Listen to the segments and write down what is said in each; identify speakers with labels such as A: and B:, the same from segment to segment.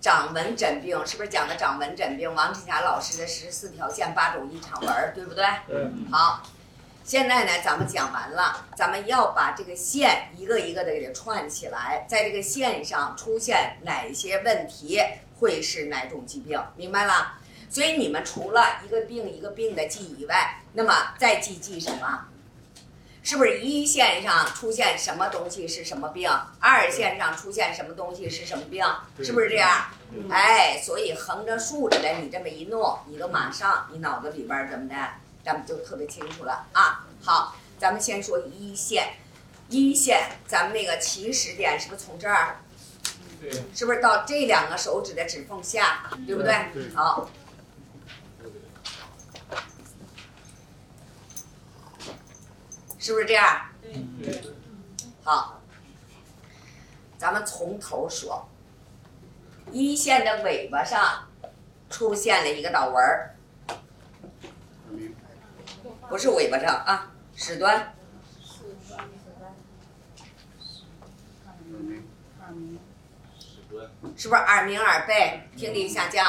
A: 掌纹诊病，是不是讲的掌纹诊病？王志霞老师的十四条线八种异常纹儿，对不对？
B: 对，
A: 好，现在呢，咱们讲完了，咱们要把这个线一个一个的给它串起来，在这个线上出现哪些问题，会是哪种疾病，明白了？所以你们除了一个病一个病的记以外，那么再记记什么？是不是一线上出现什么东西是什么病？二线上出现什么东西是什么病？
B: 对
A: 是不是这样？
B: 对
A: 哎，所以横着竖着的，你这么一弄，你都马上你脑子里边儿怎么的，咱们就特别清楚了啊。好，咱们先说一线，一线咱们那个起始点是不是从这儿？
B: 对，
A: 是不是到这两个手指的指缝下，对不
B: 对
A: 好，是不是这样？
B: 对，
A: 好，咱们从头说，一线的尾巴上出现了一个倒纹儿。不是尾巴上啊，始端
B: 史端，
A: 是不是耳鸣耳背、听力下降，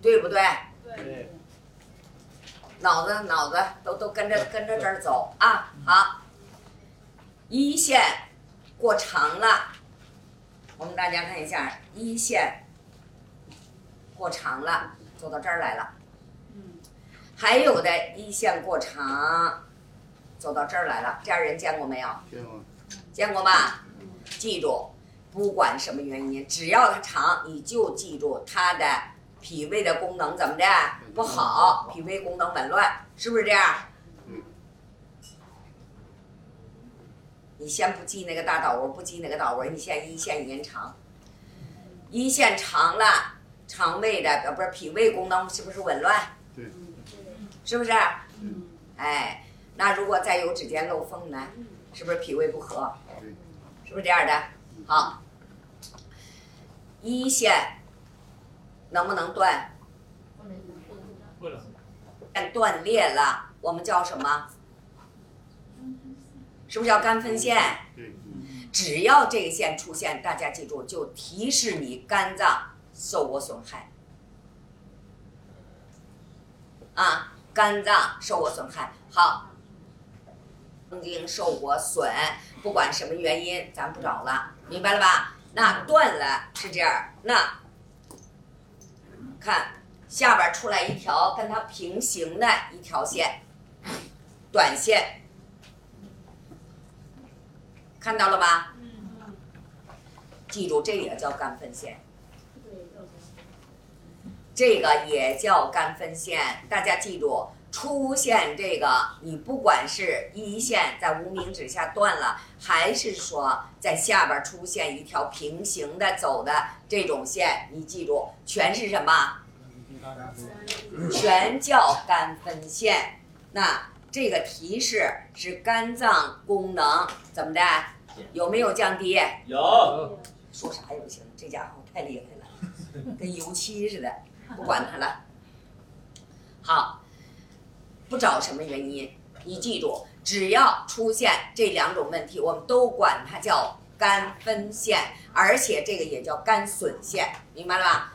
A: 对不对？
B: 对，
A: 脑子脑子都都跟着跟着这儿走啊！好，一线过长了，我们大家看一下，一线过长了，走到这儿来了。还有的一线过长，走到这儿来了，这样人见过没有？见过吧？记住，不管什么原因，只要它长，你就记住它的脾胃的功能怎么的不好，脾胃功能紊乱，是不是这样？
C: 嗯。
A: 你先不记那个大倒纹，不记那个倒纹，你先一线延长，一线长了，肠胃的呃不是脾胃功能是不是紊乱？
C: 对。
A: 是不是？哎，那如果再有指尖漏风呢？是不是脾胃不和？是不是这样的？好，一线能不能断？
B: 不了，
A: 断裂了，我们叫什么？是不是叫肝分线？只要这个线出现，大家记住，就提示你肝脏受过损害。啊，肝脏受过损害，好，曾经受过损，不管什么原因，咱不找了，明白了吧？那断了是这样，那看下边出来一条跟它平行的一条线，短线，看到了吧？记住，这也叫肝分线，这个也叫肝分线。大家记住，出现这个，你不管是一线在无名指下断了，还是说在下边出现一条平行的走的这种线，你记住，全是什么？全叫肝分线。那这个提示是肝脏功能怎么的？有没有降低？
D: 有，
A: 说啥也不行，这家伙太厉害了，跟油漆似的，不管他了。好，不找什么原因，你记住，只要出现这两种问题，我们都管它叫肝分线，而且这个也叫肝损线，明白了吧？